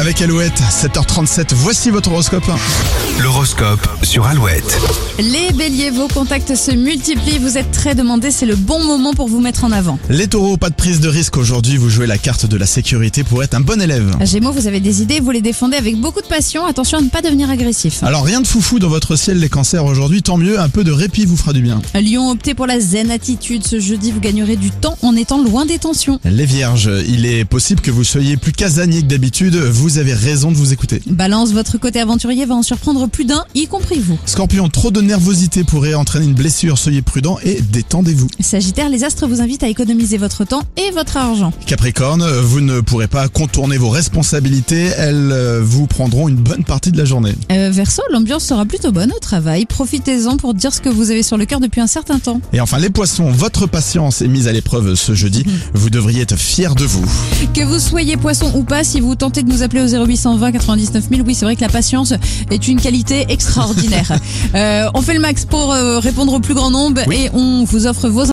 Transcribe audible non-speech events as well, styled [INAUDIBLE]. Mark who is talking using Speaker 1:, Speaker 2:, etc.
Speaker 1: avec Alouette, 7h37, voici votre horoscope.
Speaker 2: L'horoscope sur Alouette.
Speaker 3: Les béliers, vos contacts se multiplient, vous êtes très demandés, c'est le bon moment pour vous mettre en avant.
Speaker 1: Les taureaux, pas de prise de risque aujourd'hui, vous jouez la carte de la sécurité pour être un bon élève.
Speaker 3: Gémeaux, vous avez des idées, vous les défendez avec beaucoup de passion, attention à ne pas devenir agressif.
Speaker 1: Alors rien de foufou dans votre ciel les cancers aujourd'hui, tant mieux, un peu de répit vous fera du bien.
Speaker 3: Lyon, optez pour la zen attitude, ce jeudi vous gagnerez du temps en étant loin des tensions.
Speaker 1: Les vierges, il est possible que vous soyez plus casanier que d'habitude, vous avez raison de vous écouter.
Speaker 3: Balance, votre côté aventurier va en surprendre plus d'un, y compris vous.
Speaker 1: Scorpion, trop de nervosité pourrait entraîner une blessure, soyez prudent et détendez-vous.
Speaker 3: Sagittaire, les astres vous invitent à économiser votre temps et votre argent.
Speaker 1: Capricorne, vous ne pourrez pas contourner vos responsabilités, elles euh, vous prendront une bonne partie de la journée.
Speaker 3: Euh, Verseau, l'ambiance sera plutôt bonne au travail, profitez-en pour dire ce que vous avez sur le cœur depuis un certain temps.
Speaker 1: Et enfin les poissons, votre patience est mise à l'épreuve ce jeudi, vous devriez être fiers de vous.
Speaker 3: Que vous soyez poisson ou pas, si vous tentez de nous appeler au 0820 99 000, oui, c'est vrai que la patience est une qualité [LAUGHS] extraordinaire. Euh, on fait le max pour euh, répondre au plus grand nombre
Speaker 1: Oui.
Speaker 3: et on vous offre vos